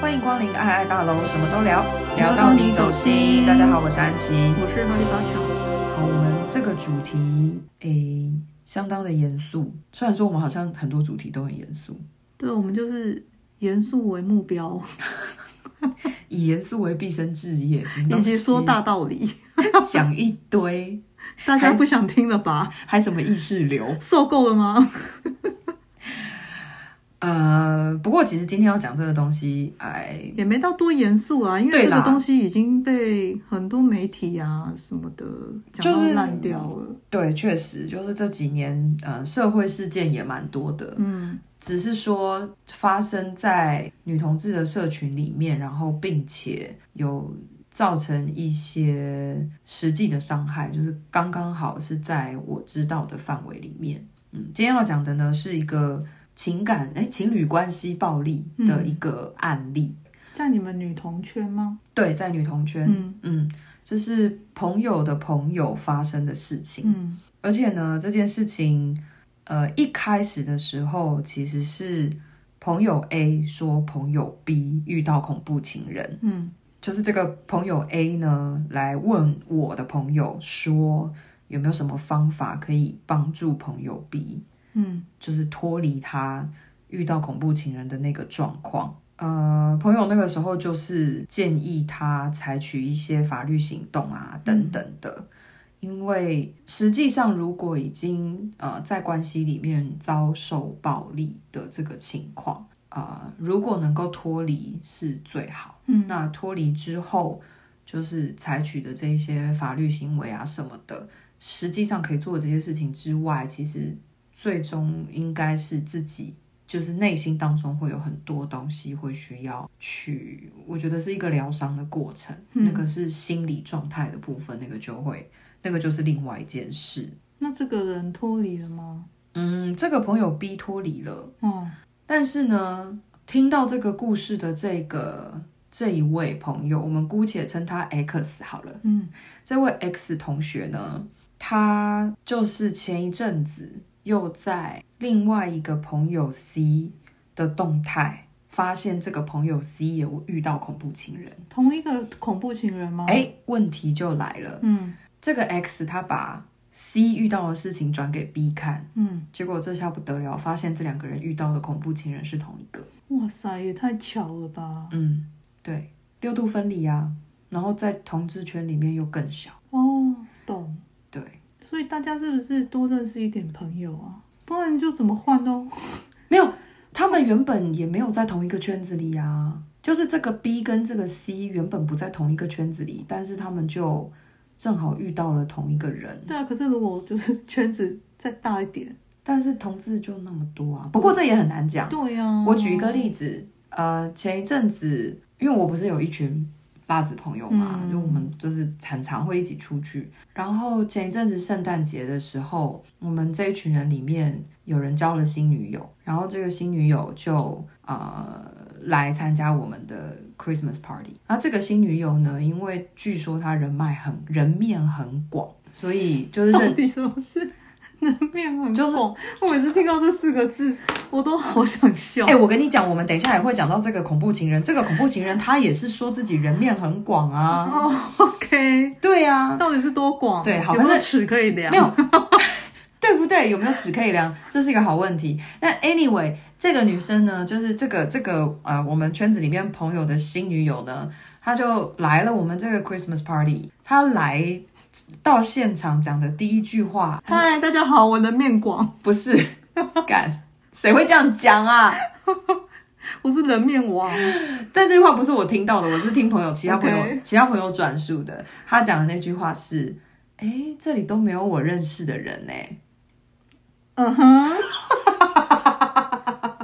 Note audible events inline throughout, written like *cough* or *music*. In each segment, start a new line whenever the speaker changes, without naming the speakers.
欢迎光临爱爱大楼，什么都聊，
聊到你走心
大家好，我是安琪。
我是何立方球。
好，我们这个主题诶，相当的严肃。虽然说我们好像很多主题都很严肃，
对，我们就是严肃为目
*laughs*
标，
以严肃为毕生志业，什么
*laughs* 以
东
及
西
说大道理，
讲一堆，
大家不想听了吧？
还什么意识流。
受够了吗？
呃，不过其实今天要讲这个东西，哎，
也没到多严肃啊，因为
对
这
啦
个东西已经被很多媒体啊什么的讲
就
到
是
烂掉了。
对，确实就是这几年，呃，社会事件也蛮多的。
嗯，
只是说发生在女同志的社群里面，然后并且有造成一些实际的伤害，就是刚刚好是在我知道的范围里面。嗯，今天要讲的呢是一个情感哎情侣关系暴力的一个案例，
在你们女同圈吗？
对，在女同圈，
嗯
嗯，这是朋友的朋友发生的事情。
嗯
而且呢，这件事情，呃，一开始的时候其实是朋友 A 说朋友 B 遇到恐怖情人，
嗯
就是这个朋友 A 呢来问我的朋友说有没有什么方法可以帮助朋友 B，
嗯
就是脱离他遇到恐怖情人的那个状况。呃，朋友那个时候就是建议他采取一些法律行动啊，等等的。因为实际上，如果已经呃在关系里面遭受暴力的这个情况，呃，如果能够脱离是最好。
嗯
那脱离之后，就是采取的这一些法律行为啊什么的，实际上可以做的这些事情之外，其实最终应该是自己。就是内心当中会有很多东西会需要去，我觉得是一个疗伤的过程，
嗯
那个是心理状态的部分，那个就会那个就是另外一件事。
那这个人脱离了吗？
嗯，这个朋友逼脱离了，
哦，
但是呢，听到这个故事的这个这一位朋友，我们姑且称他 X 好了。
嗯
这位 X 同学呢，他就是前一阵子又在另外一个朋友 C 的动态发现，这个朋友 C 也遇到恐怖情人。
同一个恐怖情人吗？，
哎，问题就来了，
嗯
这个 X 他把 C 遇到的事情转给 B 看。
嗯，
结果这下不得了，发现这两个人遇到的恐怖情人是同一个。
哇塞，也太巧了吧！
嗯，对，六度分离啊，然后在同志圈里面又更小。
哦，懂。
对，
所以大家是不是多认识一点朋友啊？不然就怎么换都
没有，他们原本也没有在同一个圈子里啊。就是这个 B 跟这个 C 原本不在同一个圈子里，但是他们就正好遇到了同一个人。
对啊。可是如果就是圈子再大一点，
但是同志就那么多啊，不过这也很难讲。
对呀、啊。
我举一个例子，呃，前一阵子，因为我不是有一群辣子朋友嘛，
嗯
就我们就是很常会一起出去。然后前一阵子圣诞节的时候，我们这一群人里面有人交了新女友，然后这个新女友就呃来参加我们的 Christmas party。那这个新女友呢，因为据说她人脉很人面很广，所以就是
到
认
底什么是能量很广？
就是
我每次听到这四个字，我都好想笑。
哎、我跟你讲，我们等一下也会讲到这个恐怖情人。这个恐怖情人他也是说自己人面很广啊，
哦，OK，
对啊，
到底是多广？
对好
有
反
没
正
有尺可以量？
没有 *laughs* 对不对？有没有尺可以量？这是一个好问题。那 anyway，这个女生呢，就是这个这个呃，我们圈子里面朋友的新女友呢，她就来了我们这个 Christmas party，她来到现场讲的第一句话
嗨，大家好，我能面广，
不是 *laughs* 敢。谁会这样讲啊？
我是人面王。
*laughs* 但这句话不是我听到的，我是听朋友、其他朋友、
OK
其他朋友转述的。他讲的那句话是：“哎、这里都没有我认识的人呢、
嗯
*laughs*
哼，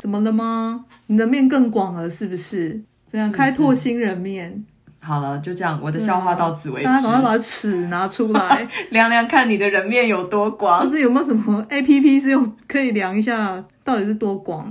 怎么了吗？你的面更广了，是不是？这样
是不是
开拓新人面，
好了，就这样，我的笑话到此为止。
大家赶快把尺拿出来，
量量看你的人面有多
或
广。
是有没有什么 A P P 是用可以量一下到底是多广？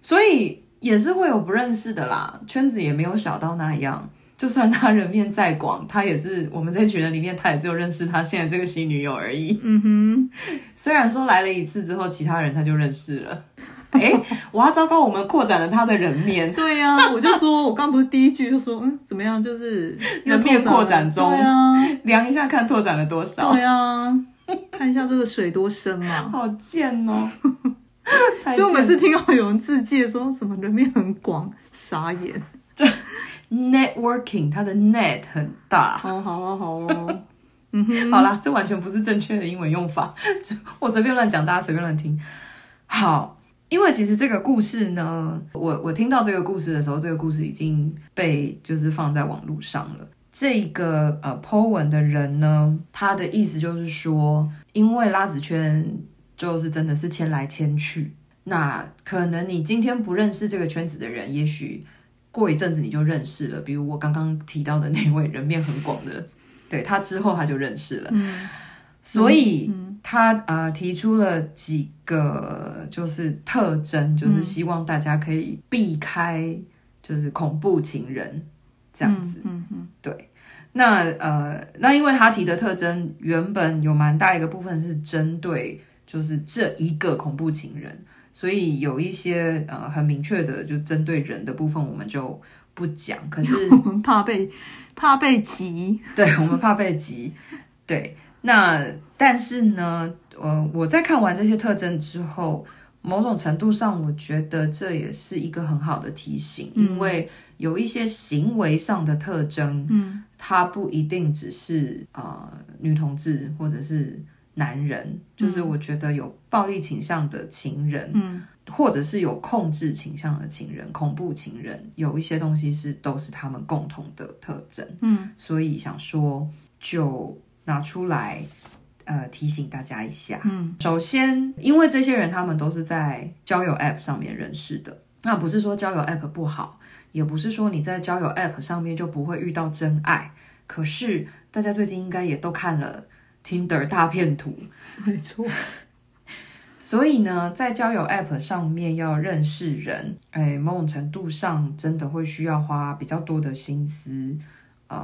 所以也是会有不认识的啦，圈子也没有小到那样。就算他人面再广，他也是我们这群人里面，他也只有认识他现在这个新女友而已。
嗯哼，
虽然说来了一次之后，其他人他就认识了。哎、 *laughs* 哇，糟糕，我们扩展了他的人面，
对呀、我就说，我刚不是第一句就说，嗯，怎么样，就是
*laughs* 人面扩展中
对啊，
*laughs* 量一下看拓展了多少，
对啊，看一下这个水多深嘛。
好贱
*laughs*
哦！ *laughs* 太
所以我每
贱
次听到有人自介说什么人面很广，傻眼。
networking，它的 net 很大。
哦，好哦，好哦， *laughs* 嗯哼，
好啦，这完全不是正确的英文用法， *laughs* 这我随便乱讲，大家随便乱听。好，因为其实这个故事呢，我我听到这个故事的时候，这个故事已经被就是放在网络上了。这个呃 po 文的人呢，他的意思就是说，因为拉子圈就是真的是迁来迁去，那可能你今天不认识这个圈子的人，也许过一阵子你就认识了。比如我刚刚提到的那位人面很广的人，对他之后他就认识了，
嗯
所以。
嗯
他呃提出了几个就是特征，
嗯
就是希望大家可以避开就是恐怖情人这样子。，
嗯嗯嗯
那呃，那因为他提的特征原本有蛮大一个部分是针对就是这一个恐怖情人，所以有一些呃很明确的就针对人的部分我们就不讲。可是
嗯 *laughs* 我们怕被怕被急，
对我们怕被急。对，那但是呢，呃，我在看完这些特征之后，某种程度上，我觉得这也是一个很好的提醒，
嗯
因为有一些行为上的特征，
嗯
它不一定只是呃女同志或者是男人，就是我觉得有暴力倾向的情人，
嗯
或者是有控制倾向的情人、恐怖情人，有一些东西是都是他们共同的特征。
嗯，
所以想说就拿出来，呃，提醒大家一下。
嗯，
首先，因为这些人他们都是在交友 App 上面认识的，那不是说交友 App 不好，也不是说你在交友 App 上面就不会遇到真爱。可是大家最近应该也都看了 Tinder 大片图，
没错，
所以呢，在交友 App 上面要认识人，哎，某种程度上真的会需要花比较多的心思，嗯，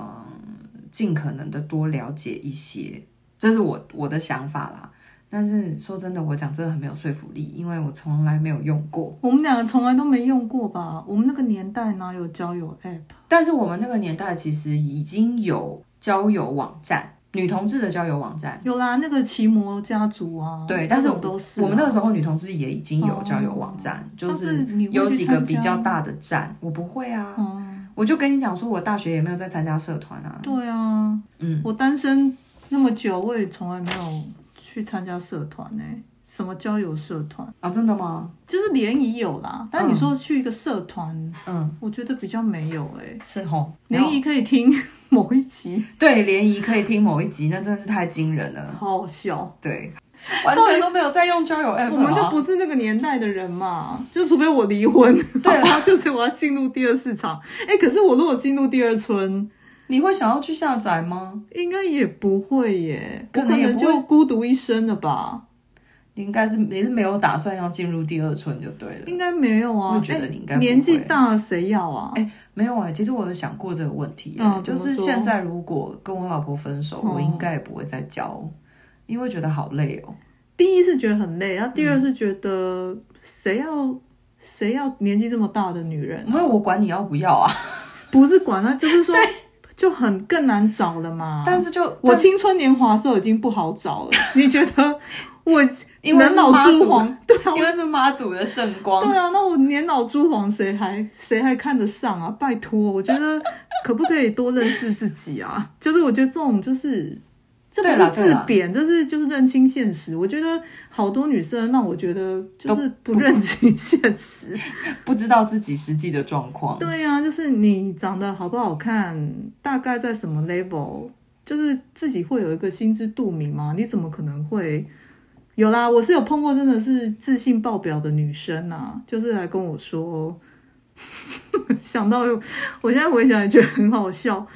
尽可能的多了解一些，这是我我的想法啦。但是说真的，我讲这个很没有说服力，因为我从来没有用过。
我们两个从来都没用过吧？我们那个年代哪有交友 app？
但是我们那个年代其实已经有交友网站，女同志的交友网站。
有啦，那个奇摩家族啊，
对但是
那种都是啊、哦
我们那个时候女同志也已经有交友网站，就
但
是
你会去
有几个
参
比
加
较
吗，
大的站。我不会啊，
嗯，
我就跟你讲说，我大学也没有在参加社团啊。
对啊，
嗯，
我单身那么久，我也从来没有去参加社团呢、欸什么交友社团，
啊，真的吗？
就是联谊有啦，但你
嗯
说去一个社团， *laughs*
嗯，
我觉得比较没有哎、
是吼。
联谊可以听 *laughs* 某一集，
对联谊可以听某一集，那真的是太惊人了。
好好笑。
对，完全都没有在用交友 app，
我们就
啊
不是那个年代的人嘛，就除非我离婚，
对啊
*laughs* 然后就是我要进入第二市场。哎、可是我如果进入第二村，
你会想要去下载吗？
应该也不会耶，
可
我
能也不会
就孤独一生了吧？
你应该是你是没有打算要进入第二春就对了。
应该没有啊。
我觉得你应该
哎
不会
年纪大了谁要啊？
哎没有啊、其实我有想过这个问题、欸
嗯
就
怎么
是
说
现在如果跟我老婆分手，
哦
我应该也不会再交，因为觉得好累哦。
第一是觉得很累，
嗯
然后第二是觉得谁要谁要年纪这么大的女人
因为
啊、
我管你要不要啊，
不是管她，就是
*laughs*
说就很更难找了嘛。
但是就
我青春年华的时候已经不好
*laughs*
找了，你觉得我
因为
年
是
老
妈
珠
祖，
黄？ *laughs* 对啊，
因为是妈祖的圣光，
对啊，那我年老珠黄，谁还谁还看得上啊？拜托，我觉得可不可以多认识自己啊？ *laughs* 就是我觉得这种就是。这
对啦
不是
对
自
啦
贬，这是就是认清现实。我觉得好多女生让我觉得就
都
是不认清现实。
不知道自己实际的状况。
对呀、就是你长得好不好看，大概在什么 level，就是自己会有一个心知肚明嘛。你怎么可能会有啦？我是有碰过真的是自信爆表的女生啊，就是来跟我说， *laughs* 想到我现在回想也觉得很好笑。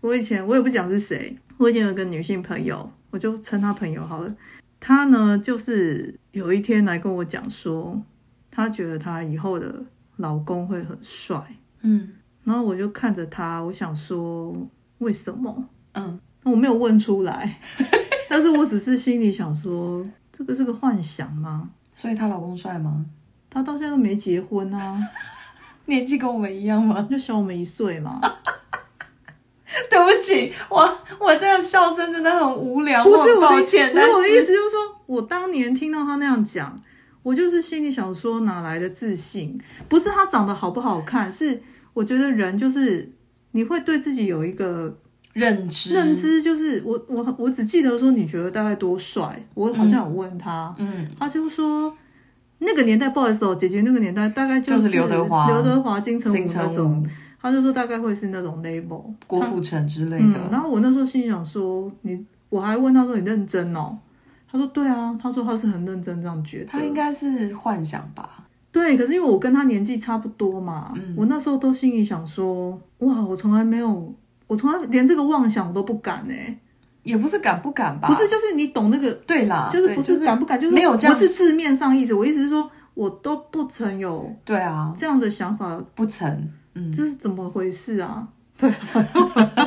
我以前我也不讲是谁，我以前有一个女性朋友，我就称她朋友好了。她呢，就是有一天来跟我讲说，她觉得她以后的老公会很帅。
嗯
然后我就看着他，我想说为什么？
嗯，
我没有问出来， *laughs* 但是我只是心里想说，这个是个幻想吗？
所以她老公帅吗？
他到现在都没结婚啊，
年纪跟我们一样吗？ *laughs*
就小我们一岁嘛。
对不起，我我这个笑声真的很无聊，
不是
我很
我
抱
的意，
歉，
不
但
是我的意
是
思，就是说我当年听到他那样讲，我就是心里想说哪来的自信？不是他长得好不好看，是我觉得人就是你会对自己有一个
嗯认知
认，知，就是我我我只记得说你觉得大概多帅，我好像有问他，
嗯，
他就说。那个年代，不好意思哦，姐姐那个年代大概
就是
是
刘德华
刘德华、金城武
金
那
城
种，
武、
他就说大概会是那种 label
郭富城之类
嗯。
的，
然后我那时候心里想说，你我还问他说你认真哦，他说对啊，他说他是很认真这样觉
他
得。
应该是幻想吧？
对，可是因为我跟他年纪差不多嘛，
嗯
我那时候都心里想说，哇，我从来没有，我从来连这个妄想都不敢哎、
也不是敢不敢吧？
不是，就是你懂那个，
对啦，
就是
啊对
不
就是
敢不敢，就是
没有这样
不是字面上意思，我意思是说我都不曾有
对啊，
这样的想法，
不曾，嗯，
这是怎么回事啊？ *laughs* 对，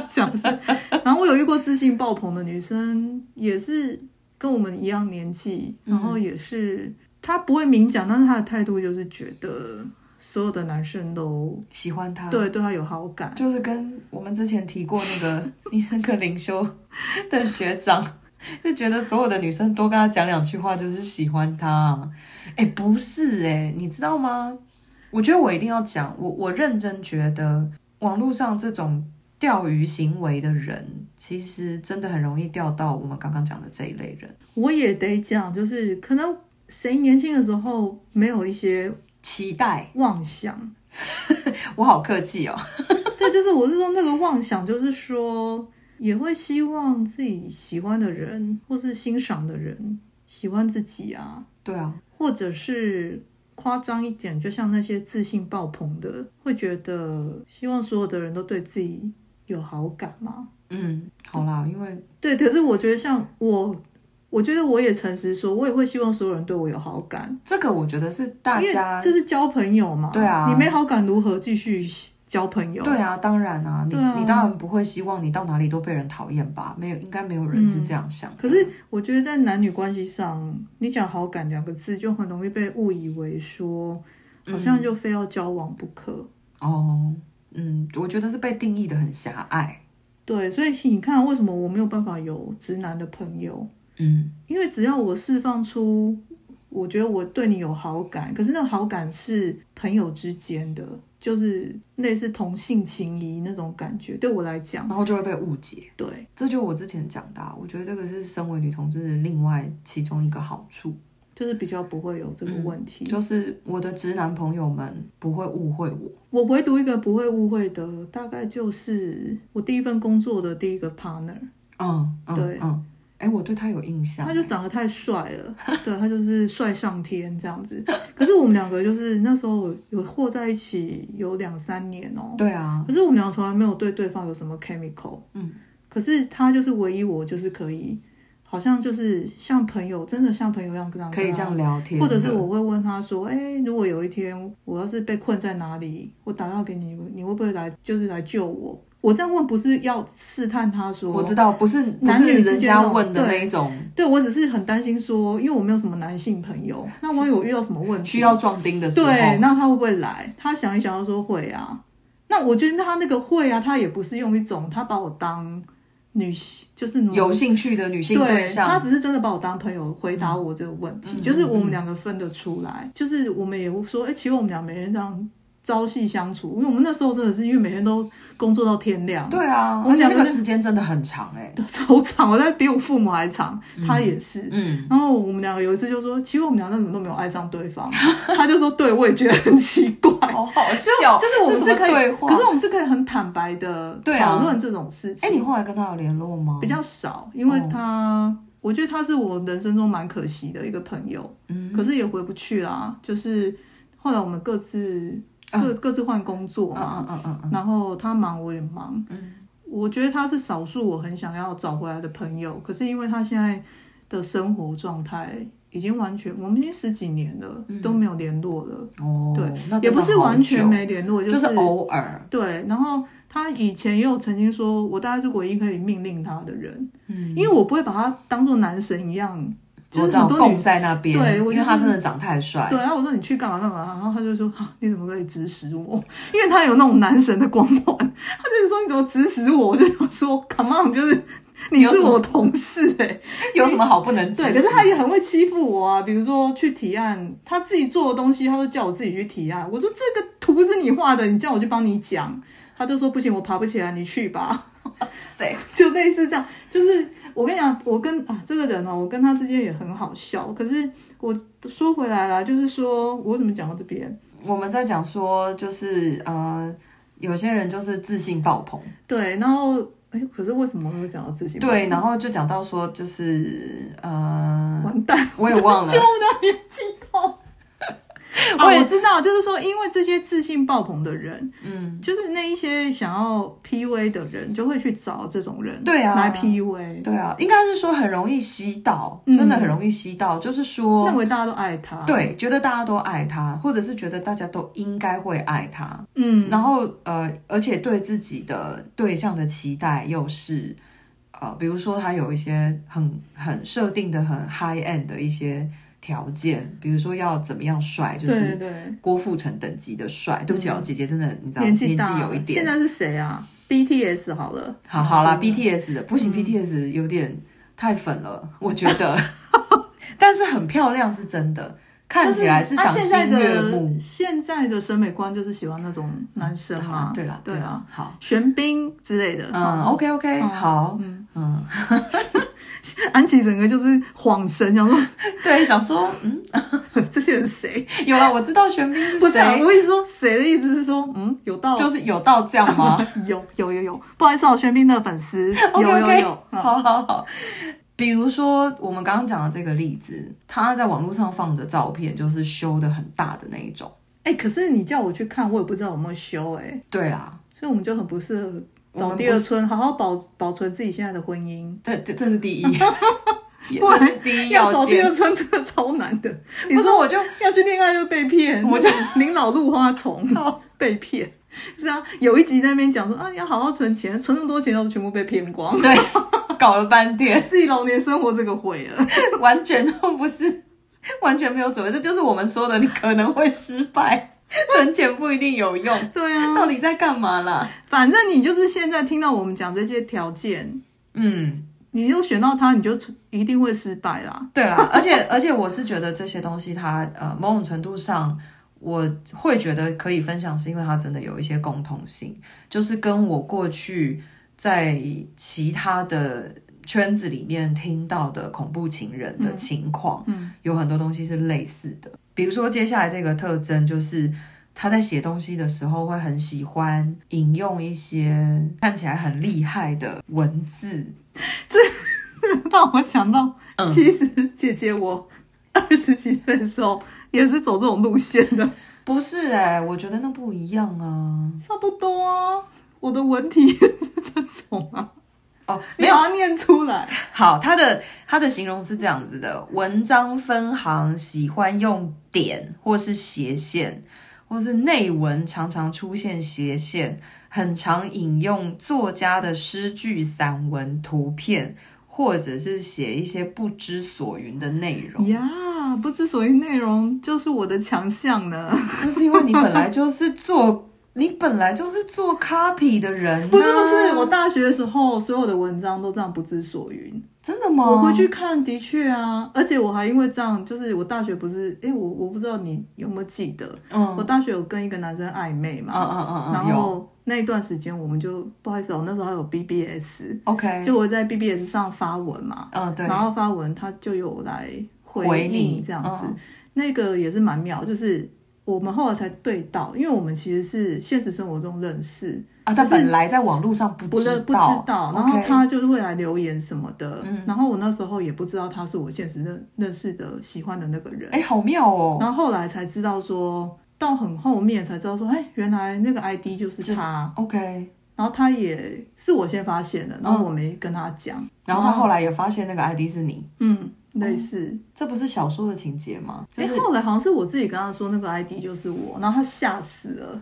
讲是。然后我有遇过自信爆棚的女生，也是跟我们一样年纪，
嗯
然后也是她不会明讲，但是她的态度就是觉得所有的男生都
喜欢他，，
对对她有好感。
就是跟我们之前提过那
*laughs*
个你那个领袖的学长。就觉得所有的女生多跟他讲两句话，就是喜欢他。哎、不是哎、你知道吗？我觉得我一定要讲，我我认真觉得，网络上这种钓鱼行为的人，其实真的很容易钓到我们刚刚讲的这一类人，
我也得讲，就是可能谁年轻的时候没有一些
期待。
妄想，
我好客气
*laughs*
哦。
对，就是我是说那个妄想，就是说也会希望自己喜欢的人或是欣赏的人喜欢自己啊。
对啊，
或者是夸张一点，就像那些自信爆棚的，会觉得希望所有的人都对自己有好感吗？
嗯，好啦，因为
对，可是我觉得像我，我觉得我也诚实说，我也会希望所有人对我有好感，
这个我觉得是大
因为
家
这是交朋友嘛。
对啊
你没好感如何继续交朋友？
对啊，当然啊，你
对啊
你当然不会希望你到哪里都被人讨厌吧？没有，应该没有人是这样想的。
嗯可是我觉得在男女关系上，你讲好感两个字就很容易被误以为说，好像就非要交往不可。
嗯哦，嗯，我觉得是被定义的很狭隘。
对，所以你看，为什么我没有办法有直男的朋友？
嗯，
因为只要我释放出，我觉得我对你有好感，可是那个好感是朋友之间的，就是类似同性情谊那种感觉，对我来讲，
然后就会被误解。
对，
这就我之前讲的啊、我觉得这个是身为女同志另外其中一个好处，
就是比较不会有这个问题。
就是我的直男朋友们不会误会我。
我唯独一个不会误会的，大概就是我第一份工作的第一个 partner，
嗯嗯
对
嗯，哎、我对他有印象
他。就长得太帅了，对他就是帅上天这样子。可是我们两个就是那时候有和在一起有两三年哦、
对啊，
可是我们两个从来没有对对方有什么 chemical，
嗯，
可是他就是唯一我就是可以，好像就是像朋友，真的像朋友一样跟他
可以这样聊天的，
或者是我会问他说，哎、如果有一天我要是被困在哪里，我打电话给你，你会不会来就是来救我？我这样问不是要试探他说，
我知道，不是不
男女
是
之
人
间
家
那种
问的那
对
一种
对我只是很担心说，因为我没有什么男性朋友，那万一我遇到什么问题，
需要撞钉的时候，
对，那他会不会来？他想一想，他说会啊。那我觉得他那个会啊，他也不是用一种他把我当女性，就是奴
有兴趣的女性
对他
象，
只是真的把我当朋友回答我这个问题，
嗯
就是我们两个分得出来，就是我们也说，哎、其实我们俩每天这样朝夕相处，因为我们那时候真的是因为每天都工作到天亮，
对啊，
我
而
们
且
两
那
个
个
是
时间真的很长哎，
超长，我在比我父母还长，他也是。
嗯，
然后我们两个有一次就说，其实我们两个怎么都没有爱上对方， *laughs* 他就说，对我也觉得很奇怪，
好好笑
就是我们是可以，
对话。
可是我们是可以很坦白的
对啊
讨论这种事情。
哎，你后来跟他有联络吗？
比较少，因为他，
哦
我觉得他是我人生中蛮可惜的一个朋友，
嗯，
可是也回不去啦。就是后来我们各自各、各自换工作
嗯
嘛，
嗯嗯嗯
然后他忙我也忙，
嗯
我觉得他是少数我很想要找回来的朋友，可是因为他现在的生活状态已经完全，我们已经十几年了、都没有联络了，
嗯，哦，
对
那真
也
的
不是
好
完全
久，
没联络，
就是是偶尔，
对，然后他以前也有曾经说，我大概是唯一可以命令他的人，
嗯，
因为我不会把他当做男神一样就是
我这样
很多女
供在那边，
对我
因为
就
他
是
真的长太帅，
对，然后我说你去干嘛干嘛，然后他就说、啊、你怎么可以指使我？因为他有那种男神的光环，他就是说你怎么指使我？我就想说，come on，就是你
有
是
什么
我同事哎、
有什么好不能支
对，
持？
可是他也很会欺负我啊，比如说去提案，他自己做的东西，他就叫我自己去提案，我说这个图不是你画的，你叫我去帮你讲，他就说不行，我爬不起来，你去吧。
塞，
就类似这样，就是我跟你讲，我跟啊这个人哦，我跟他之间也很好笑。可是我说回来啦，就是说我怎么讲到这边？
我们在讲说，就是呃，有些人就是自信爆棚，
对，然后哎，可是为什么会讲到自信？
对，然后就讲到说，就是呃，
完蛋，
我也忘了
就，呢，你激动。啊，
我也
我知道，就是说，因为这些自信爆棚的人，
嗯，
就是那一些想要 PUA 的人，就会去找这种人，
对啊
来 PUA，
对啊，应该是说很容易吸到，
嗯
真的很容易吸到，就是说
认为大家都爱他，，
对，觉得大家都爱他，或者是觉得大家都应该会爱他，
嗯，
然后呃，而且对自己的对象的期待又是呃，比如说他有一些很很设定的很 high end 的一些条件，比如说要怎么样帅，就
对
是
对，
郭富城等级的帅。对不起哦，姐姐真的你知道
年
年
纪
纪
大了，
有一
现
点，
在是谁啊？BTS 好了，
好好啦
真的
，BTS 的不行
嗯
，BTS 有点太粉了，我觉 *laughs* 得，但是很漂亮是真的。看起来是
但
赏
是他
心
现在
悦
的
目，
现在的审美观就是喜欢那种男生
好
嘛
啦，对哦啦，
对啊，
啦，好，
玄彬之类的。
嗯，OK OK，
嗯
好，
嗯，
嗯， *laughs*
安琪整个就是恍
*laughs*
神，想说
对，想说，嗯，
这些人谁？
有了，我知道玄 *laughs* 彬
不
是
是啊，
谁，
我一直说谁的意思是说，嗯，有道理。
就是有到这样 *laughs* 吗
*laughs* 有有有有，不好意思哦，玄彬的粉丝有有
？OK
有嗯
OK，，好好好。比如说我们刚刚讲的这个例子，他在网络上放着照片，就是修的很大的那一种。
哎、可是你叫我去看，我也不知道有没有修哎、
对啦，
所以我们就很不适合
我
找
们
第
不
二
是
春，好好保保存自己现在的婚姻。
这这这是第一，也
不然
这是第一
要找
要
第
件
二。春真的超难的，你
不是，
说
我就
*laughs* 要去恋爱就被骗，
我
就 *laughs* 您老入花丛被骗。是啊，有一集在那边讲说啊，你要好好存钱，存那么多钱，然后全部被骗光， *laughs*
对搞了半天，
自己老年生活这个毁了。 *laughs*
完全都不是，完全没有准备。这就是我们说的，你可能会失败，存钱不一定有用。
对啊，
到底在干嘛啦？
反正你就是现在听到我们讲这些条件，
嗯，
你又选到他，你就一定会失败啦。 *laughs*
对啦， *laughs* 而且而且我是觉得这些东西它呃某种程度上。我会觉得可以分享，是因为它真的有一些共通性，就是跟我过去在其他的圈子里面听到的恐怖情人的情况，
嗯，
有很多东西是类似的。比如说接下来这个特征就是。他在写东西的时候会很喜欢引用一些看起来很厉害的文字，
让我想到，
嗯
其实姐姐我 *laughs* 二十几岁的时候也是走这种路线的，
不是哎、我觉得那不一样啊。
差不多啊。我的文体也是这种啊，
哦，
你
没
把
有
它念出来。
好，他的他的形容是这样子的：文章分行喜欢用点或是斜线，或是内文常常出现斜线，很常引用作家的诗句、散文、图片，或者是写一些不知所云的内容。
呀不知所云内容就是我的强项
*laughs*
呢。
那是因为你本来就是做。你本来就是做 copy 的人、啊
不是不是，我大学的时候所有的文章都这样不知所云。
真的吗？
我回去看，的确啊，而且我还因为这样，就是我大学不是，哎、我我不知道你有没有记得，
嗯，
我大学有跟一个男生暧昧
嗯
嘛，
嗯嗯嗯，
然
有
后那一段时间我们就不好意思、哦，我那时候还有 BBS，
OK，
就我在 BBS 上发文嘛，
嗯对，
然后发文他就有来
回
你
你
这样子，
嗯
那个也是蛮妙，就是我们后来才对到，因为我们其实是现实生活中认识，
啊，他本来在网络上不
不认不知道，然后
OK
他就是会来留言什么的，
嗯
然后我那时候也不知道他是我现实认认识的喜欢的那个人，
哎、好妙哦，
然后后来才知道说。到很后面才知道说，哎、原来那个 ID 就是他，
就是 OK。
然后他也是我先发现的，然
嗯
后我没跟他讲，
然后他后来也发现那个 ID 是你，
嗯，
哦
类似，
这不是小说的情节吗？就
哎、
是
后来好像是我自己跟他说那个 ID 就是我，然后他吓死了，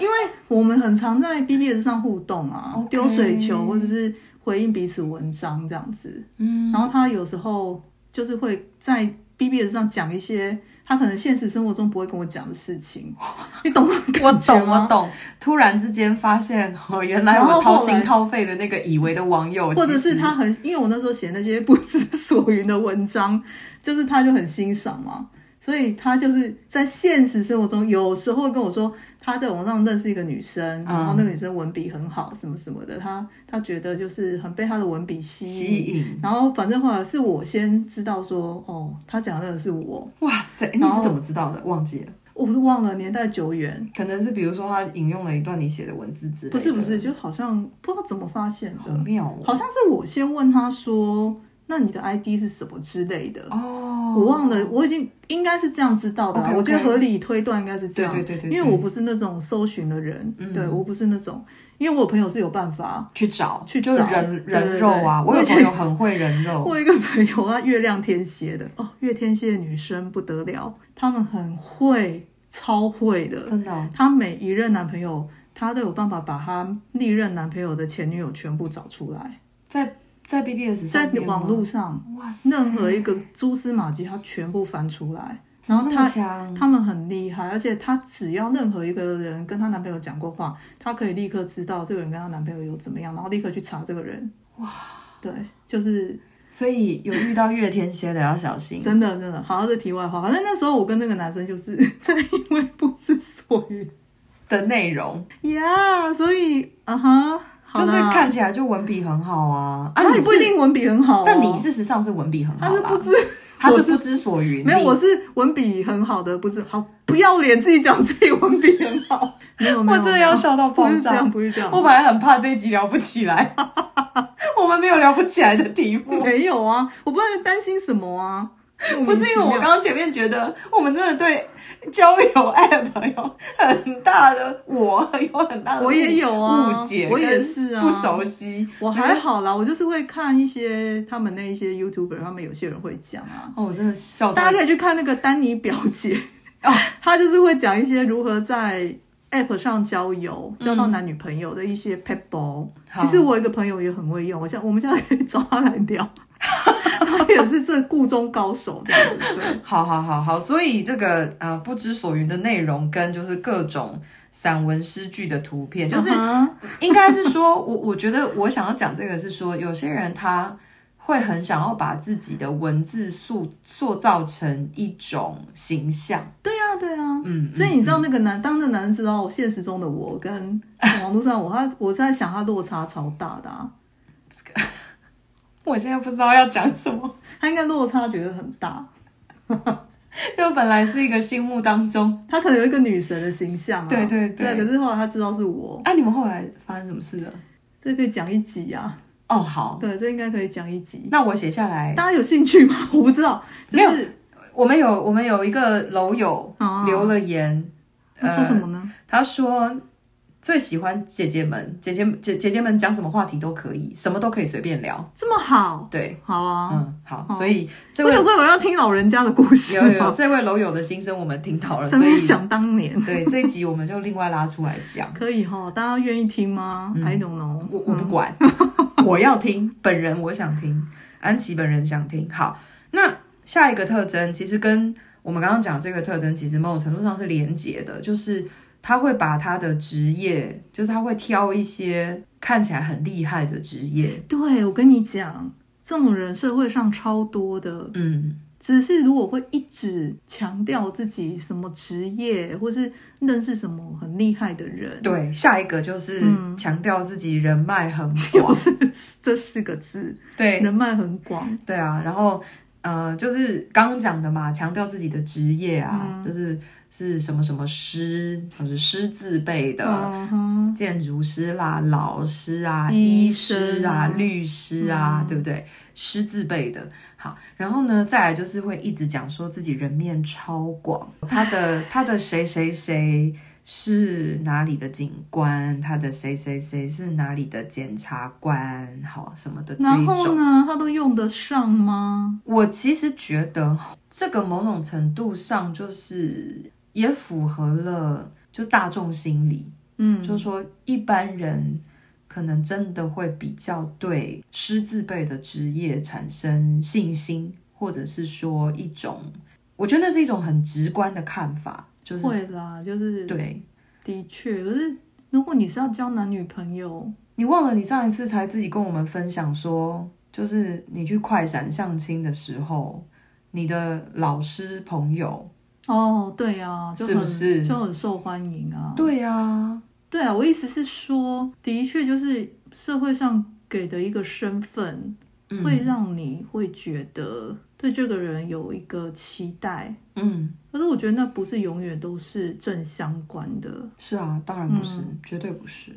因为我们很常在 BBS 上互动啊
OK
丢水球或者是回应彼此文章这样子，
嗯，
然后他有时候。就是会在 BBS 上讲一些他可能现实生活中不会跟我讲的事情，你懂那
*laughs*
种
我
感觉
懂，我
吗？
懂。突然之间发现，
*laughs*
哦，原来
然后
我掏
后来
心掏肺的那个以为的网友，
或者
其实
是他很，因为我那时候写那些不知所云的文章，就是他就很欣赏嘛，所以他就是在现实生活中有时候会跟我说，他在网上认识一个女生，
嗯
然后那个女生文笔很好，什么什么的，他他觉得就是很被她的文笔吸
吸
引。
引。
然后反正后来是我先知道说，哦，他讲的那个是我，
哇塞，哎你
然
是
后
怎么知道的？忘记了，
我不是忘了年代久远，
可能是比如说他引用了一段你写的文字之类的。
不是不是，就好像不知道怎么发现
好
的，
妙哦。
好像是我先问他说，那你的 ID 是什么之类的。
哦，
我忘了，我已经应该是这样知道的啊、
OK，OK
我觉得合理推断应该是这样，
对对对对
因为我不是那种搜寻的人，
嗯
对我不是那种，因为我朋友是有办法。
去找，
去
就是
找
人
对
人
对
肉啊！
对
我有
我觉
朋
得
友很会人肉，
我有一个朋友啊，月亮天蝎的哦，月天蝎的女生不得了，她们很会，超会的。
真的哦
她每一任男朋友，她都有办法把她历任男朋友的前女友全部找出来，
在在 BBS 上
在
面吗
网络上
哇塞，
任何一个蛛丝马迹，她全部翻出来。
怎
然
么
后
那
她
么强，
他们很厉害，而且她只要任何一个人跟她男朋友讲过话，她可以立刻知道这个人跟她男朋友有怎么样，然后立刻去查这个人。哇，对，就是
所以有遇到月天蝎的要小心。
真的真的。好，这题外话，反正那时候我跟那个男生就是在因为不知所云
的内容
呀所以啊哈，好
就是
啦
看起来就文笔很好啊，啊
他
你
也不一
是，
定文笔很好、哦，
但你事实上是文笔很
他
好
是
啦
不，知
他是
我是
不知所云，
没有，
你
我是文笔很好的，不是好不要脸自己讲自己文笔很好，没有没有，
我真的
没有
要笑到爆
不是这
炸
样，不是这样，
我本来很怕这一集聊不起来， *laughs* 我们没有聊不起来的题
*laughs*
目，
没有啊，我不知道你担心什么 *laughs* 啊。
不是因为我刚刚前面觉得我们真的对交友 App 有很大的我有很大的
我也有啊
误解，
我也是啊
不熟悉。
我还好啦，我就是会看一些他们那一些 YouTuber，他们有些人会讲啊，
哦，我真的笑到
大家可以去看那个丹尼表姐， *laughs*
哦
她就是会讲一些如何在 App 上交友、交到男女朋友的一些 p e b b l
好
其实我有一个朋友也很会用，我现在我们现在可以找他来 *laughs* 聊，他也是这故中高手这样子，对。
好好好好，所以这个呃不知所云的内容跟就是各种散文诗句的图片，就是
嗯哼
应该是说，我 *laughs* 我觉得我想要讲这个是说，有些人他会很想要把自己的文字塑塑造成一种形象，
对呀、对呀、
嗯，
所以
嗯
你知道那个男，当那个男人知道现实中的我跟
嗯
网络上我，他我在想他落差超大的、啊，
我现在不知道要讲什么， *laughs*
他应该落差觉得很大。
就本来是一个心目当中，
他可能有一个女神的形象啊，
对对对
对。可是后来他知道是我，
啊，你们后来发生什么事了？
这可以讲一集啊，
哦，好，
对，这应该可以讲一集。
那我写下来。
大家有兴趣吗？ *laughs* 我不知道，就
没有
是
我们有我们有一个楼友
哦
留了言，
他说什么呢？
他说最喜欢姐姐们，姐姐姐姐姐们讲什么话题都可以，什么都可以随便聊。
这么好，
对，
好啊。
呃嗯，好，
哦
所以这
我
位
想说有人要听老人家的故事
有有有
吗？
这位楼友的心声我们听到了，所
真
以
的想当年，
对这一集我们就另外拉出来讲。
可以哈，大家愿意听吗
嗯
？I don't know，
我我不
嗯
管，我要听，本人我想听，安琪本人想听。好，那下一个特征其实跟我们刚刚讲这个特征，其实某种程度上是连结的，就是他会把他的职业，就是他会挑一些看起来很厉害的职业，
对，我跟你讲，这种人社会上超多的。
嗯，
只是如果会一直强调自己什么职业，或是认识什么很厉害的人， *laughs*
对。下一个就是
嗯
强调自己人脉很
又 *laughs*
广，
是这四个字，
对，
人脉很广。
对啊，然后呃，就是刚刚讲的嘛，强调自己的职业啊，
嗯
就是是什么什么师，或者师字辈的。
嗯哼，
建筑师啦、老师啊、
医
医师啊、
生啊
律师啊，
嗯
对不对？师字辈的。好，然后呢，再来就是会一直讲说自己人面超广，他
*laughs*
的他的谁谁谁是哪里的警官，他的谁谁谁是哪里的检察官，好什么的这
然
一
后
种。
呢，他都用得上吗？
我其实觉得这个某种程度上就是也符合了就大众心理，
嗯，
就是说一般人可能真的会比较对师字辈的职业产生信心。或者是说一种，我觉得那是一种很直观的看法，就是
会啦，就是
对
的确，可是如果你是要交男女朋友，
你忘了你上一次才自己跟我们分享说，就是你去快闪相亲的时候，你的老师朋友，
哦，对啊，就是很
不是
就很受欢迎啊？
对呀、啊，
对啊，我意思是说，的确就是社会上给的一个身份，
嗯
会让你会觉得对这个人有一个期待，
嗯，
可是我觉得那不是永远都是正相关的。
是啊，当然不是，
嗯
绝对不是。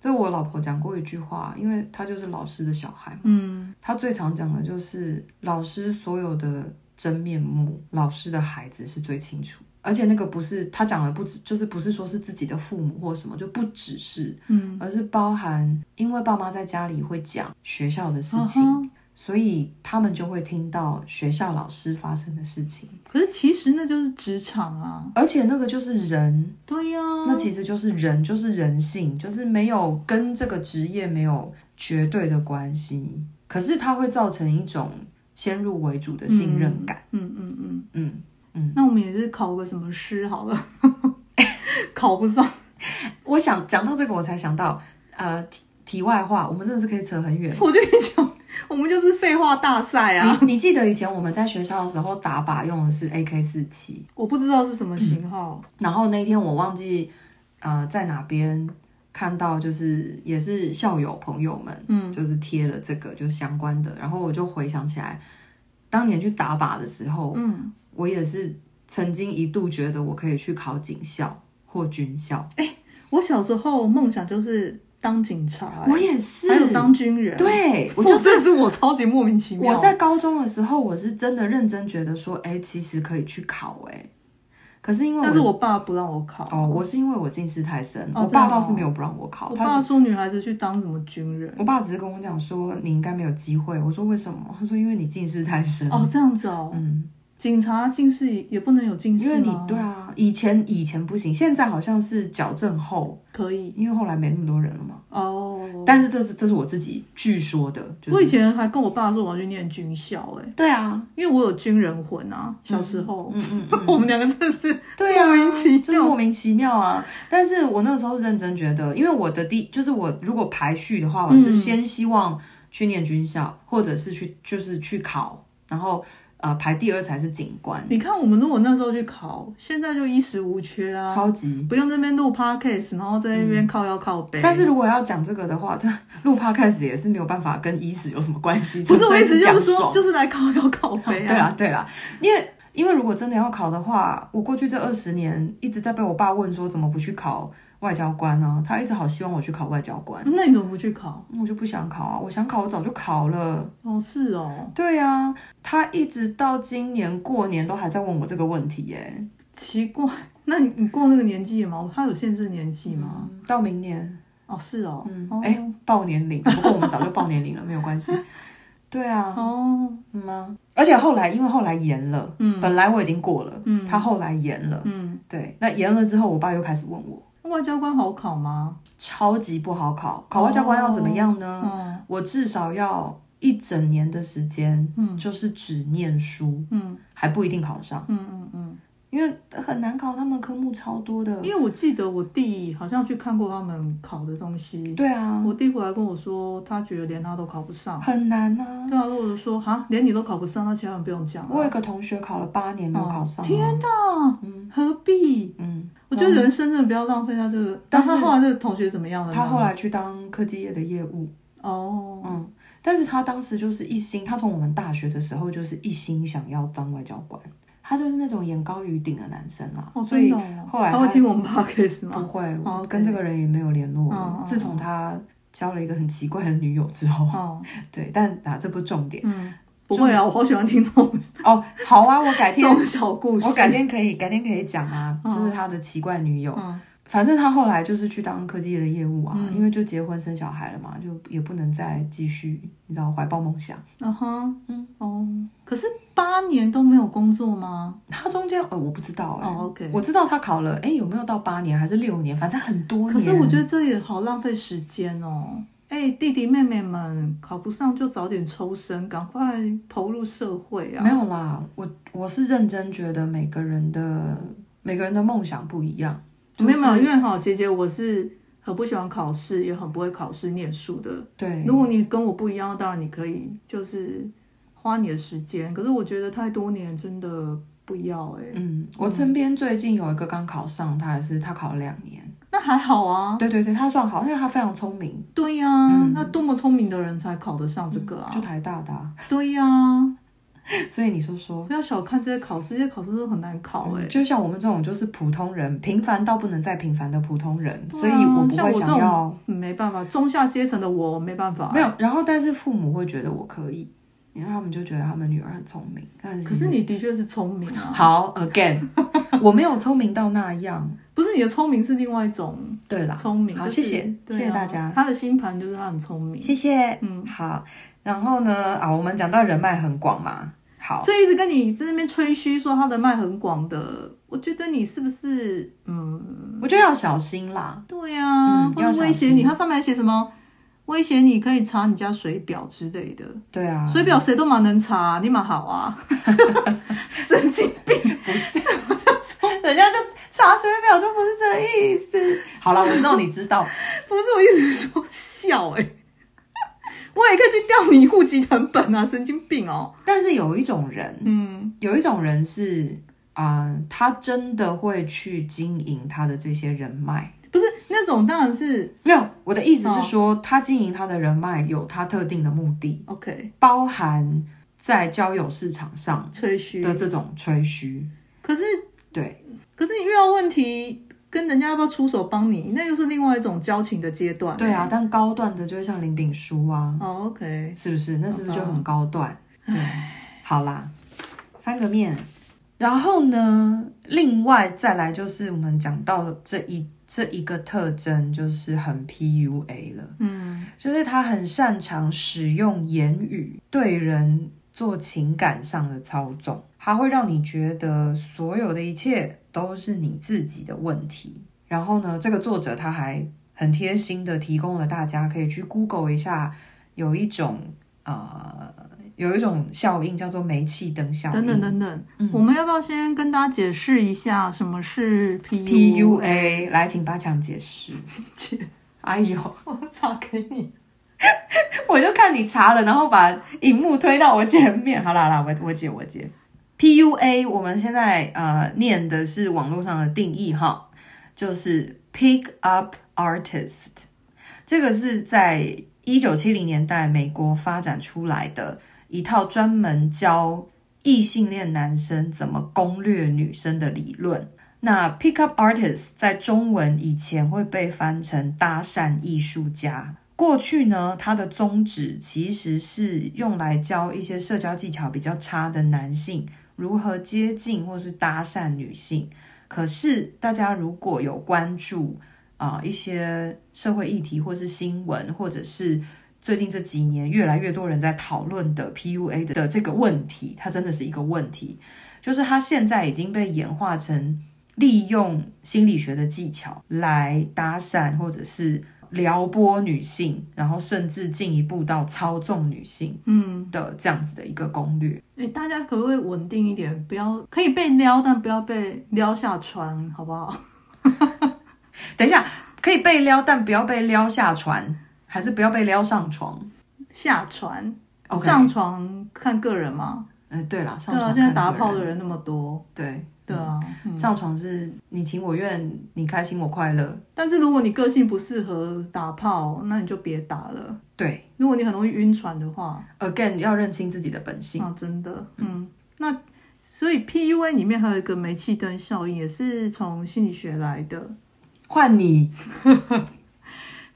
这我老婆讲过一句话，因为她就是老师的小孩嘛，
嗯，
她最常讲的就是老师所有的真面目，老师的孩子是最清楚。而且那个不是她讲的，不止就是不是说是自己的父母或什么，就不只是，
嗯，
而是包含因为爸妈在家里会讲学校的事情，
啊哈
所以他们就会听到学校老师发生的事情，
可是其实那就是职场啊。
而且那个就是人，
对呀、
那其实就是人，就是人性，就是没有跟这个职业没有绝对的关系，可是它会造成一种先入为主的信任感。
嗯嗯嗯，
嗯嗯，
那我们也是考个什么师好
*laughs*
了，考不上，
我想讲到这个，我才想到，呃，题题外话，我们真的是可以扯很远。
我就跟你讲，我们就是废话大赛啊。
你你记得以前我们在学校的时候打靶用的是 AK 四七，
我不知道是什么型号，
然后那一天我忘记呃在哪边看到，就是也是校友朋友们，
嗯，
就是贴了这个就是相关的，然后我就回想起来，当年去打靶的时候，
嗯，
我也是曾经一度觉得我可以去考警校或军校，
我小时候梦想就是当警察、欸
我也是，
还有当军人。，
对我
我
就。
就是是是我超级莫名其妙。
我在高中的时候，我是真的认真觉得说，哎、其实可以去考、哎，可是因为
但是我爸不让我考，
哦，我是因为我近视太深，我
哦
爸
真的
倒是
哦
没有不让我考，
我
他
爸说女孩子去当什么军人。
我爸只是跟我讲说，你应该没有机会。我说为什么？他说因为你近视太深。
哦，这样子哦，
嗯，
警察近视也不能有近视
因为你
吗
对啊，以前以前不行，现在好像是矫正后，
可以
因为后来没那么多人了嘛。
哦。
但是这是这是我自己据说的，就
我以
是
前还跟我爸说我要去念军校、哎，
对啊，
因为我有军人魂啊，小时候。
嗯
*laughs*
嗯嗯，
我们两个真的是
对啊，
莫名其妙
就是莫名其妙啊。但是我那个时候认真觉得，因为我的第就是我如果排序的话，我是
嗯
先希望去念军校，或者是去就是去考，然后呃排第二才是警官，
你看，我们如果那时候去考，现在就衣食无缺啊，
超级嗯
不用这边录 podcast，然后在那边靠腰靠背。
但是如果要讲这个的话，这 *laughs* 录 podcast 也是没有办法跟医史有什么关系。
不是我哦
纯
意
粹
思就
讲
是说，啊
爽
就是来靠腰靠背
对啊啦对啦，因为因为如果真的要考的话，我过去这二十年一直在被我爸问说怎么不去考外交官呢、他一直好希望我去考外交官，
啊那你怎么不去考？
我就不想考啊，我想考我早就考了。
哦，是哦，
对啊，他一直到今年过年都还在问我这个问题耶、
奇怪。那你你过那个年纪吗？他有限制年纪吗？
嗯到明年。
哦，是哦，
嗯，
哦
哎、报年龄，不过我们早就报年龄了，没有关系。
*laughs*
对啊，
哦，
嗯啊而且后来因为后来延了，
嗯
本来我已经过了，
嗯
他后来延了，
嗯，
对，那延了之后，我爸又开始问我，
外交官好考吗？
超级不好考，考外交官要怎么样呢？
嗯
我至少要一整年的时间，
嗯
就是只念书，
嗯
还不一定考得上，
嗯嗯嗯，
因为很难考，他们科目超多的。
因为我记得我弟好像去看过他们考的东西，
对啊，
我弟回来跟我说，他觉得连他都考不上。
很难啊。
对啊，我就说哈，连你都考不上，那其他人不用讲
我有
了。
一个同学考了八年没有考上、啊，
哦天哪，
嗯
何必？
嗯，
我觉得人生真的不要浪费他这个。
但
那他
是
后来这个同学怎么样了呢？
他后来去当科技业的业务。
哦，
嗯，但是他当时就是一心，他从我们大学的时候就是一心想要当外交官，他就是那种眼高于顶的男生啦，
哦
所以
真的哦
后来
他
他
会听我们 podcast
不
吗？
会，
哦
我
，OK
跟这个人也没有联络了
嗯嗯
自从他交了一个很奇怪的女友之后，
哦，
对，但啊，这不是重点
嗯，不会啊，我好喜欢听这种
哦。好啊，我改
这 *laughs*
天，
种小故事。
我改天可以，改天可以讲啊，
嗯
就是他的奇怪女友。
嗯
反正他后来就是去当科技业的业务啊，
嗯
因为就结婚生小孩了嘛，就也不能再继续，你知道怀抱梦想。
嗯哼，
嗯
哦，可是八年都没有工作吗？
他中间呃，我不知道哎、
哦，OK
我知道他考了，哎、有没有到八年还是六年？反正很多年。
可是我觉得这也好浪费时间哦。哎、哎、弟弟妹妹们考不上就早点抽身，赶快投入社会啊！
没有啦，我我是认真觉得每个人的每个人的梦想不一样，就是
没有没有，因为哈，姐姐我是很不喜欢考试，也很不会考试念书的。
对，
如果你跟我不一样，当然你可以就是花你的时间，可是我觉得太多年真的不要哎、
嗯，我身边最近有一个刚考上，他还是他考了两年，
那还好啊，
对对对，他算好，因为他非常聪明，
对呀、
嗯
那多么聪明的人才考得上这个啊，
就台大的啊、 *laughs*
对呀、
所以你说说，
不要小看这些考试，这些考试都很难考哎、
嗯就像我们这种就是普通人，平凡到不能再平凡的普通人，所以
对啊
我不
像
会
我这
想
种
要。
没办法，中下阶层的我我没办法。
没有，然后但是父母会觉得我可以，然后他们就觉得他们女儿很聪明，但是
可是你的确是聪明啊，
好 again，我 *laughs* 没有聪明到那样，
不是你的聪明是另外一种
对啦，
聪明。
好
就是
谢谢
对啊
谢谢大家
他的星盘就是他很聪明，
谢谢，
嗯，
好，然后呢啊，我们讲到人脉很广嘛，好，
所以一直跟你在那边吹嘘说他的脉很广的，我觉得你是不是嗯，
我觉得要小心啦，
对呀、
嗯
或
要
者
小
威胁你，
心
他上面还写什么？威胁你可以查你家水表之类的，
对啊，
水表谁都蛮能查、你蛮好啊，
*laughs*
神经病！
人家就查水表就不是这意思。好了，我知道你知道，
不是我一直说笑哎、我也可以去调你户籍成本啊，神经病哦。
但是有一种人，
嗯，
有一种人是啊、他真的会去经营他的这些人脉。
不是那种当然是
没有，我的意思是说，他经营他的人脉有他特定的目的，
OK
包含在交友市场上
吹嘘，
的这种吹嘘。
可是
对，
可是你遇到问题，跟人家要不要出手帮你，那又是另外一种交情的阶段、
对啊，，但高段的就会像林炳书啊，
哦、o k
是不是？那是不是就
好吧
很高段？对，好啦，翻个面。然后呢，另外再来就是我们讲到这一这一个特征，就是很 PUA 了。
嗯，
就是他很擅长使用言语对人做情感上的操纵，他会让你觉得所有的一切都是你自己的问题。然后呢，这个作者他还很贴心的提供了大家可以去 Google 一下，有一种呃有一种效应叫做煤气灯效应。
等等等等，
嗯
我们要不要先跟大家解释一下什么是 PUA？
PUA，来，请八强解释。哎呦，
*laughs* 我找给你，
*laughs* 我就看你查了，然后把荧幕推到我前面。好啦好啦，我我解我解。PUA 我们现在呃念的是网络上的定义哈，就是 Pick Up Artist，这个是在一九七零年代美国发展出来的一套专门教异性恋男生怎么攻略女生的理论。那 Pick Up Artist 在中文以前会被翻成搭讪艺术家，过去呢，它的宗旨其实是用来教一些社交技巧比较差的男性如何接近或是搭讪女性。可是大家如果有关注啊、一些社会议题或是新闻，或者是最近这几年越来越多人在讨论的 PUA 的的这个问题，它真的是一个问题，就是它现在已经被演化成利用心理学的技巧来搭讪或者是撩拨女性，然后甚至进一步到操纵女性
嗯，
的这样子的一个攻略。
哎，大家可不可以稳定一点？不要可以被撩，但不要被撩下船，好不 *laughs* 好？
等一下，可以被撩，但不要被撩下船，还是不要被撩上床
下船
？OK，
上床看个人嘛。
嗯、对啦，上
对
床看
啊，现
个人、
在打炮的人那么多，
对。
对啊。嗯
上床是你情我愿，嗯你开心我快乐，
但是如果你个性不适合打炮，那你就别打了。
对。
如果你很容易晕船的话，
Again，要认清自己的本性。
啊，真的，嗯，那所以 PUA 里面还有一个煤气灯效应，也是从心理学来的。
换你，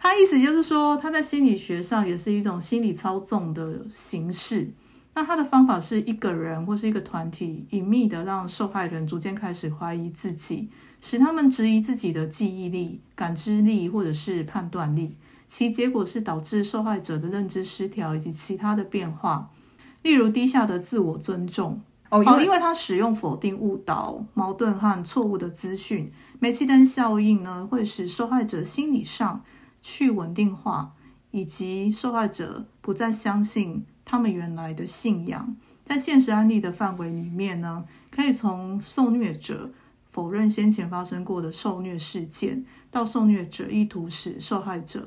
它意思就是说，它在心理学上也是一种心理操纵的形式。那它的方法是一个人或是一个团体隐秘的让受害人逐渐开始怀疑自己，使他们质疑自己的记忆力、感知力或者是判断力，其结果是导致受害者的认知失调以及其他的变化，例如低下的自我尊重。
哦，因
哦，
为
因为他使用否定、误导、矛盾和错误的资讯，煤气灯效应呢，会使受害者心理上去稳定化，以以及受害者不再相信他们原来的信仰。在现实案例的范围里面呢，可以从受虐者否认先前发生过的受虐事件，到受虐者意图使受害者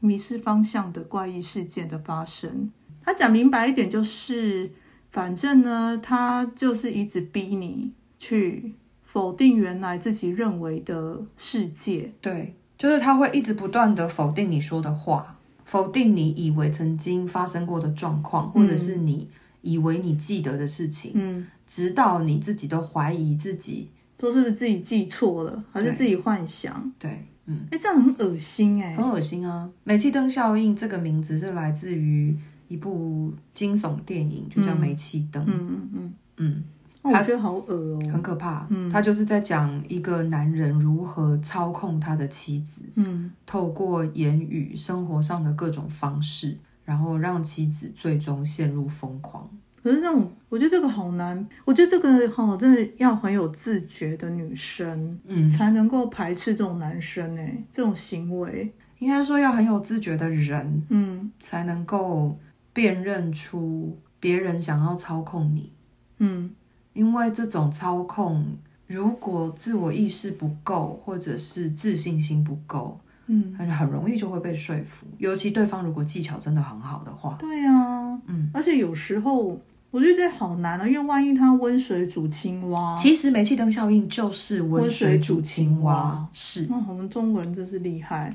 迷失方向的怪异事件的发生。他讲明白一点就是，反正呢，他就是一直逼你去否定原来自己认为的世界，
对，就是他会一直不断的否定你说的话，否定你以为曾经发生过的状况，或者是你以为你记得的事情，
嗯，
直到你自己都怀疑自己。
说是不是自己记错了，还是自己幻想？
对，嗯，
哎、这样很恶心哎、
很恶心啊！煤气灯效应这个名字是来自于一部惊悚电影，就叫《煤气灯》。
嗯嗯嗯，
嗯，
哦我觉得好恶哦、
很可怕。嗯，他就是在讲一个男人如何操控他的妻子。
嗯，
透过言语、生活上的各种方式，然后让妻子最终陷入疯狂。
可是这种，我觉得这个好难，我觉得这个哈、真的要很有自觉的女生、
嗯，
才能够排斥这种男生哎、这种行为。
应该说要很有自觉的人
嗯
才能够辨认出别人想要操控你，
嗯
因为这种操控，如果自我意识不够，或者是自信心不够，
嗯，
很很容易就会被说服。尤其对方如果技巧真的很好的话，
对啊，
嗯，
而且有时候我觉得这好难啊，因为万一他温水煮青蛙，
其实煤气灯效应就是温
温
水
水
煮
煮
青
青
蛙
蛙，
是
哇，我们中国人真是厉害。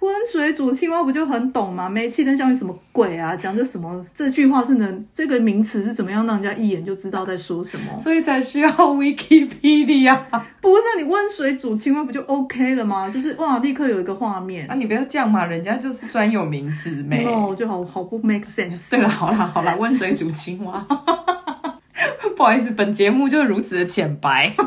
温水煮青蛙不就很懂吗？煤气灯效应什么鬼啊？讲这什么？这句话是能这个名词是怎么样让人家一眼就知道在说什么？
所以才需要 *laughs* Wikipedia。
不是啊你温水煮青蛙不就 OK 了吗？就是哇，立刻有一个画面
啊，你不要这样嘛，人家就是专有名词没。
，no 就好好不 make sense。
对了，好啦好啦，温水煮青蛙。 *laughs* 不好意思，本节目就如此的浅白。 *laughs*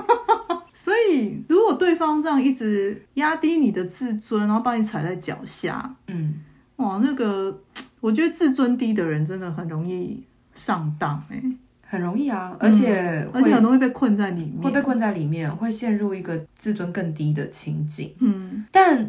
所以如果对方这样一直压低你的自尊，然后把你踩在脚下，
嗯，
哇，那个我觉得自尊低的人真的很容易上当哎、
很容易啊，而且
而
会、
且很容易被困在里面。
会被困在里面，会陷入一个自尊更低的情景。
嗯，
但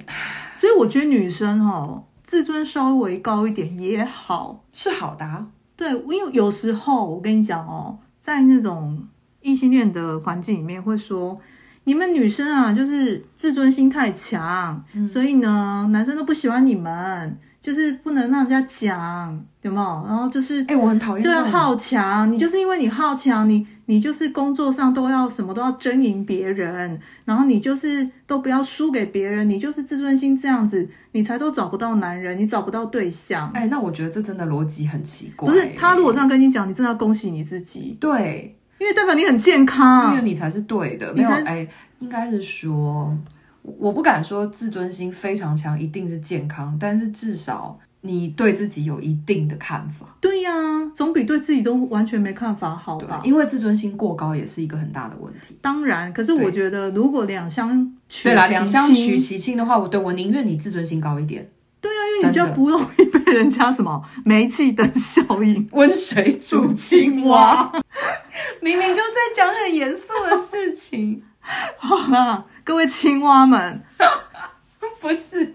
所以我觉得女生哦，自尊稍微高一点也好。
是好的、啊，
对，因为有时候我跟你讲哦，在那种异性恋的环境里面，会说你们女生啊，就是自尊心太强，
嗯
所以呢，男生都不喜欢你们，就是不能让人家讲，有没有？然后就是
哎、我很讨厌
就
这
要
种人。
啊好强，你就是因为你好强，你你就是工作上都要什么都要争赢别人，然后你就是都不要输给别人，你就是自尊心这样子，你才都找不到男人，你找不到对象。
哎、那我觉得这真的逻辑很奇怪。
不是他如果这样跟你讲，你真的要恭喜你自己，
对，
因为代表你很健
因
康
为。嗯你才是对的，
你
没有
才
哎、应该是说，我我不敢说自尊心非常强一定是健康，但是至少你对自己有一定的看法，
对呀、总比对自己都完全没看法好
对
吧，？
因为自尊心过高也是一个很大的问题。
当然，可是
对
我觉得如果两相取
对啦，
其
两相
轻
取其轻的话，我对我宁愿你自尊心高一点，
对啊，因为你就
真的
不容易被人家什么煤气灯效应。
*laughs* 温水煮青蛙，明明就在讲很严肃的事情， *laughs*
好了，各位青蛙们，
不是？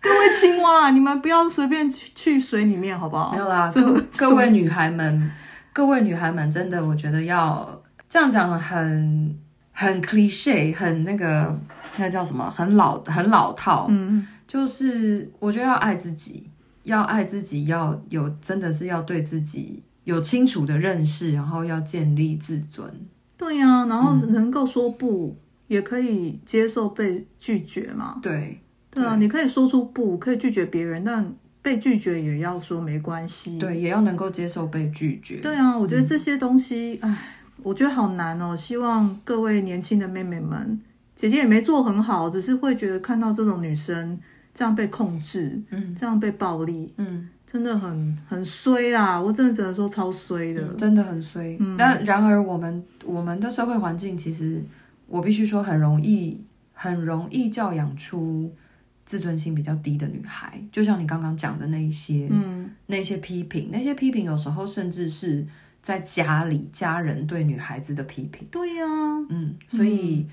各位青蛙，你们不要随便去去水里面，好不好？
没有啦，
这
各
个
各位女孩们，各位女孩们，真的，我觉得要这样讲很很 cliche，很那个那叫什么，很老很老套。
嗯，
就是我觉得要爱自己，要爱自己，要有真的是要对自己有清楚的认识，然后要建立自尊。
对呀、然后能够说不，也可以接受被拒绝嘛。
对
对啊，你可以说出不，可以拒绝别人，但被拒绝也要说没关系。
对，也要能够接受被拒绝。
对啊，我觉得这些东西，
嗯
哎、我觉得好难哦。希望各位年轻的妹妹们，姐姐也没做很好，只是会觉得看到这种女生这样被控制，
嗯，
这样被暴力，
嗯，
真的很很衰啦，我真的只能说超衰的。
真的很衰。
嗯
但然而，我们我们的社会环境其实，我必须说，很容易很容易教养出自尊心比较低的女孩。就像你刚刚讲的那一些、
嗯，
那些批评，那些批评有时候甚至是在家里家人对女孩子的批评。
对呀、
嗯，所以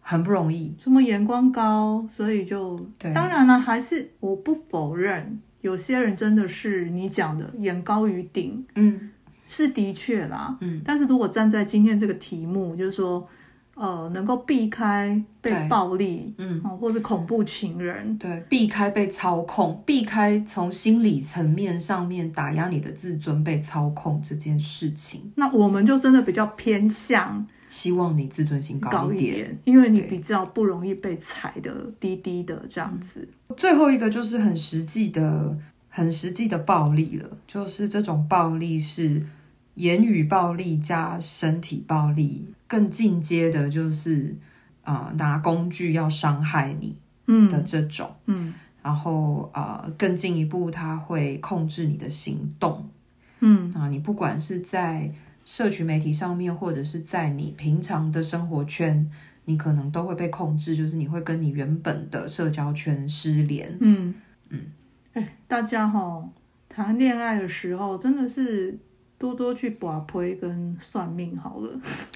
很不容易。
什么眼光高，所以就
对
当然了，还是我不否认，有些人真的是你讲的眼高于顶，
嗯
是的确啦。
嗯，
但是如果站在今天这个题目，就是说，呃，能够避开被
对
暴力，
嗯，
哦，或者恐怖情人，
对，避开被操控，避开从心理层面上面打压你的自尊被操控这件事情，
那我们就真的比较偏向
希望你自尊心
高
高一
一
点。
点，因为你
对
比较不容易被踩的低低的这样子。
最后一个就是很实际的、很实际的暴力了，就是这种暴力是言语暴力加身体暴力，更进阶的就是呃拿工具要伤害你的
嗯
这种，
嗯
然后呃更进一步，他会控制你的行动
嗯
啊、你不管是在社群媒体上面，或者是在你平常的生活圈。你可能都会被控制，就是你会跟你原本的社交圈失联，
嗯嗯，哎，大家哈、谈恋爱的时候真的是多多去把推跟算命好了，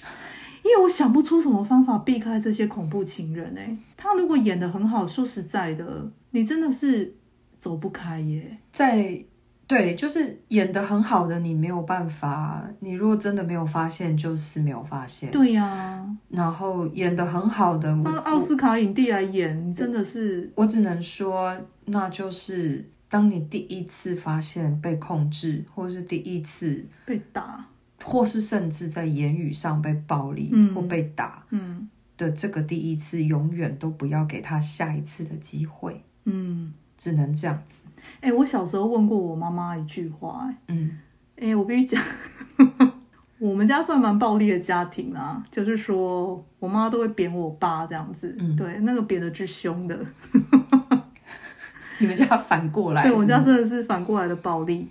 *laughs* 因为我想不出什么方法避开这些恐怖情人哎、他如果演的很好，说实在的，你真的是走不开耶。
在对，就是演的很好的，你没有办法。你如果真的没有发现，就是没有发现。
对呀、
然后演的很好的，
奥奥
我
斯卡影帝来演，真的是
我只能说，那就是当你第一次发现被控制，或是第一次，
被打。
或是甚至在言语上被暴力、
嗯
或被打
嗯
的这个第一次，永远都不要给他下一次的机会，
嗯，
只能这样子。
哎、我小时候问过我妈妈一句话、哎。
嗯
哎、我必须讲， *laughs* 我们家算蛮暴力的家庭啦，就是说我妈都会扁我爸这样子，
嗯
对，那个扁的之凶的，
你们家反过来，
对我
是
们家
吗
真的是反过来的暴力。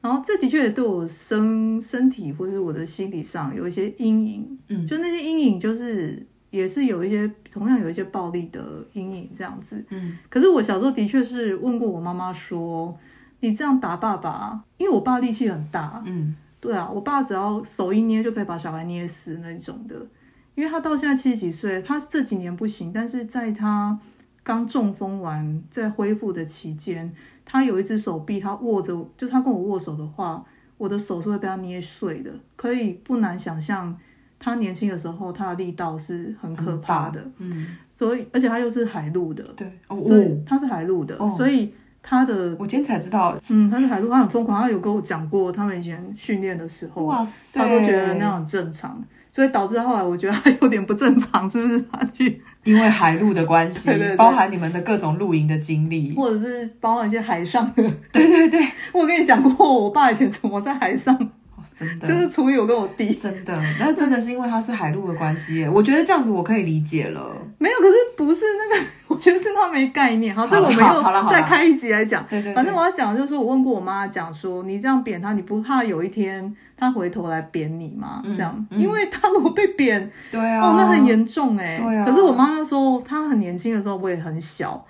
然后这的确也对我身身体或是我的心理上有一些阴影，
嗯
就那些阴影就是也是有一些同样有一些暴力的阴影这样子。
嗯
可是我小时候的确是问过我妈妈说，你这样打爸爸，因为我爸力气很大，
嗯
对啊，我爸只要手一捏就可以把小孩捏死那种的，因为他到现在七十几岁，他这几年不行，但是在他刚中风完在恢复的期间，他有一只手臂，他握着，就他跟我握手的话，我的手是会被他捏碎的，可以不难想象，他年轻的时候他的力道是很可怕的，
嗯，
所以而且他又是海陆的，
对哦
所以他是海陆的，
哦
所以他的。
我今天才知道，
嗯，他是海陆，他很疯狂。他有跟我讲过，他们以前训练的时候，
哇塞，
哦他都觉得那样很正常，所以导致后来我觉得他有点不正常，是不是？他去
因为海陆的关系，
*laughs* 对对对
包含你们的各种露营的经历，
或者是包含一些海上的，对对对， *laughs* 我跟你讲过，我爸以前怎么在海上，
哦真的。
就是除以我跟我弟，
真的，那真的是因为他是海陆的关系耶，我觉得这样子我可以理解了。
没有，可是不是那个，我觉得是他没概念。好，这个我们
好了好了
又
好了
再开一集来讲。
对对对
反正我要讲的就是说，我问过我妈讲说，你这样扁他，你不怕有一天他回头来扁你吗？
嗯
这样，
嗯
因为他如果被扁，
对啊，
哦，那很严重哎、
对啊
可是我妈那时候她很年轻的时候，我也很小，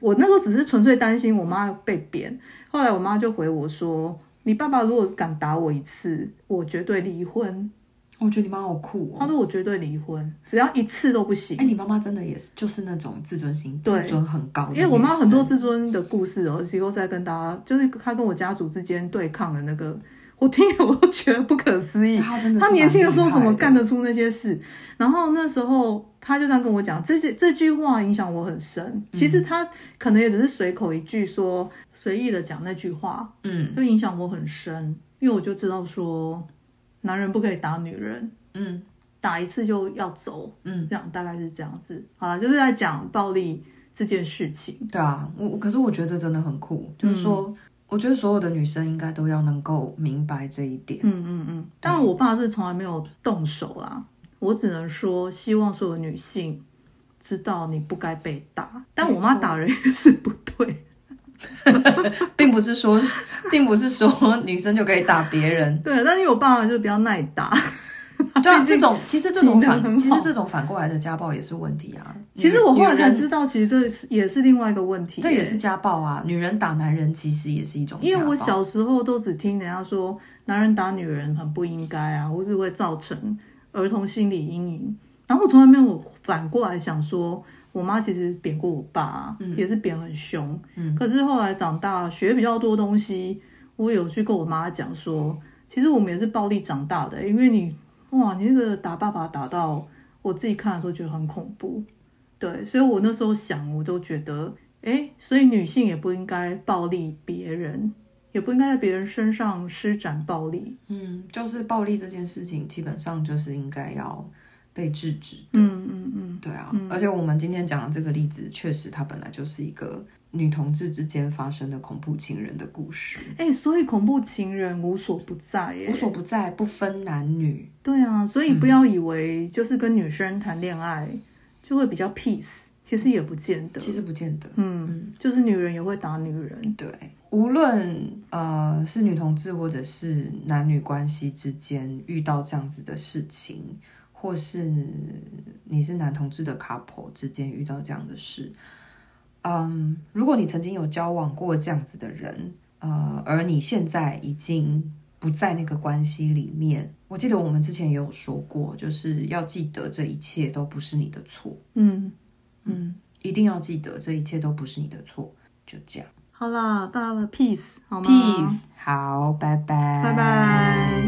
我那时候只是纯粹担心我妈被扁。后来我妈就回我说：“你爸爸如果敢打我一次，我绝对离婚。
我觉得你妈好酷”
她
哦。
说：“我绝对离婚，只要一次都不行。
哎，你妈妈真的也是，就是那种自尊心、自
对
尊很高的
因为我妈
女生
很多自尊的故事哦，以后再跟大家，就是她跟我家族之间对抗的那个，我听了我都觉得不可思议。
她真的是
他年轻的时候怎么干
的？
得出那些事？然后那时候他就这样跟我讲，这些这句话影响我很深。
嗯
其实他可能也只是随口一句说，随意的讲那句话，
嗯
就影响我很深，因为我就知道说，男人不可以打女人，
嗯
打一次就要走，
嗯，
这样大概是这样子。好了，就是在讲暴力这件事情。
对啊，我我可是我觉得真的很酷，就是说，
嗯
我觉得所有的女生应该都要能够明白这一点。
嗯嗯嗯，但我爸是从来没有动手啦，我只能说希望所有女性知道你不该被打，但我妈打人也是不对， *laughs*
并不是说， *laughs* 并不是说女生就可以打别人， *laughs*
对，但是我爸就比较耐打。
对啊，这种其实这种
体能
反
很
其实
好
这种反过来的家暴也是问题 *laughs* 啊。
其实
女
我后来才
女人
知道，其实这是也是另外一个问题、
这也是，家暴啊，女人打男人其实也是一种家暴。
因为我小时候都只听人家说男人打女人很不应该啊，或是会造成儿童心理阴影。然后我从来没有反过来想说，我妈其实贬过我爸，
嗯
也是贬很凶。嗯，可是后来长大学比较多东西，我有去跟我妈讲说，其实我们也是暴力长大的，因为你哇，你那个打爸爸打到我自己看的时候觉得很恐怖。对，所以我那时候想，我都觉得，哎，所以女性也不应该暴力别人，也不应该在别人身上施展暴力。
嗯，就是暴力这件事情，基本上就是应该要被制止。
嗯嗯嗯，
对啊，而且我们今天讲的这个例子，确实它本来就是一个女同志之间发生的恐怖情人的故事，
哎，所以恐怖情人无所不在耶
无。所不在，不分男女。
对啊，所以不要以为就是跟女生谈恋爱就会比较 peace，其实也不见得。
其实不见得，
嗯，就是女人也会打女人。
对，无论呃是女同志或者是男女关系之间遇到这样子的事情，或是你是男同志的 couple 之间遇到这样的事，嗯，如果你曾经有交往过这样子的人，呃，而你现在已经不在那个关系里面，我记得我们之前也有说过，就是要记得这一切都不是你的错，
嗯嗯，
一定要记得这一切都不是你的错，就这样。
好啦，大家的 peace 好吗
Peace，好，拜拜，
拜拜。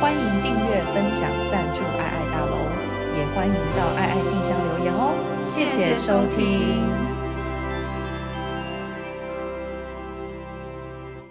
欢迎订阅、分享、赞助爱爱大楼，也欢迎到爱爱信箱留言哦。谢谢收听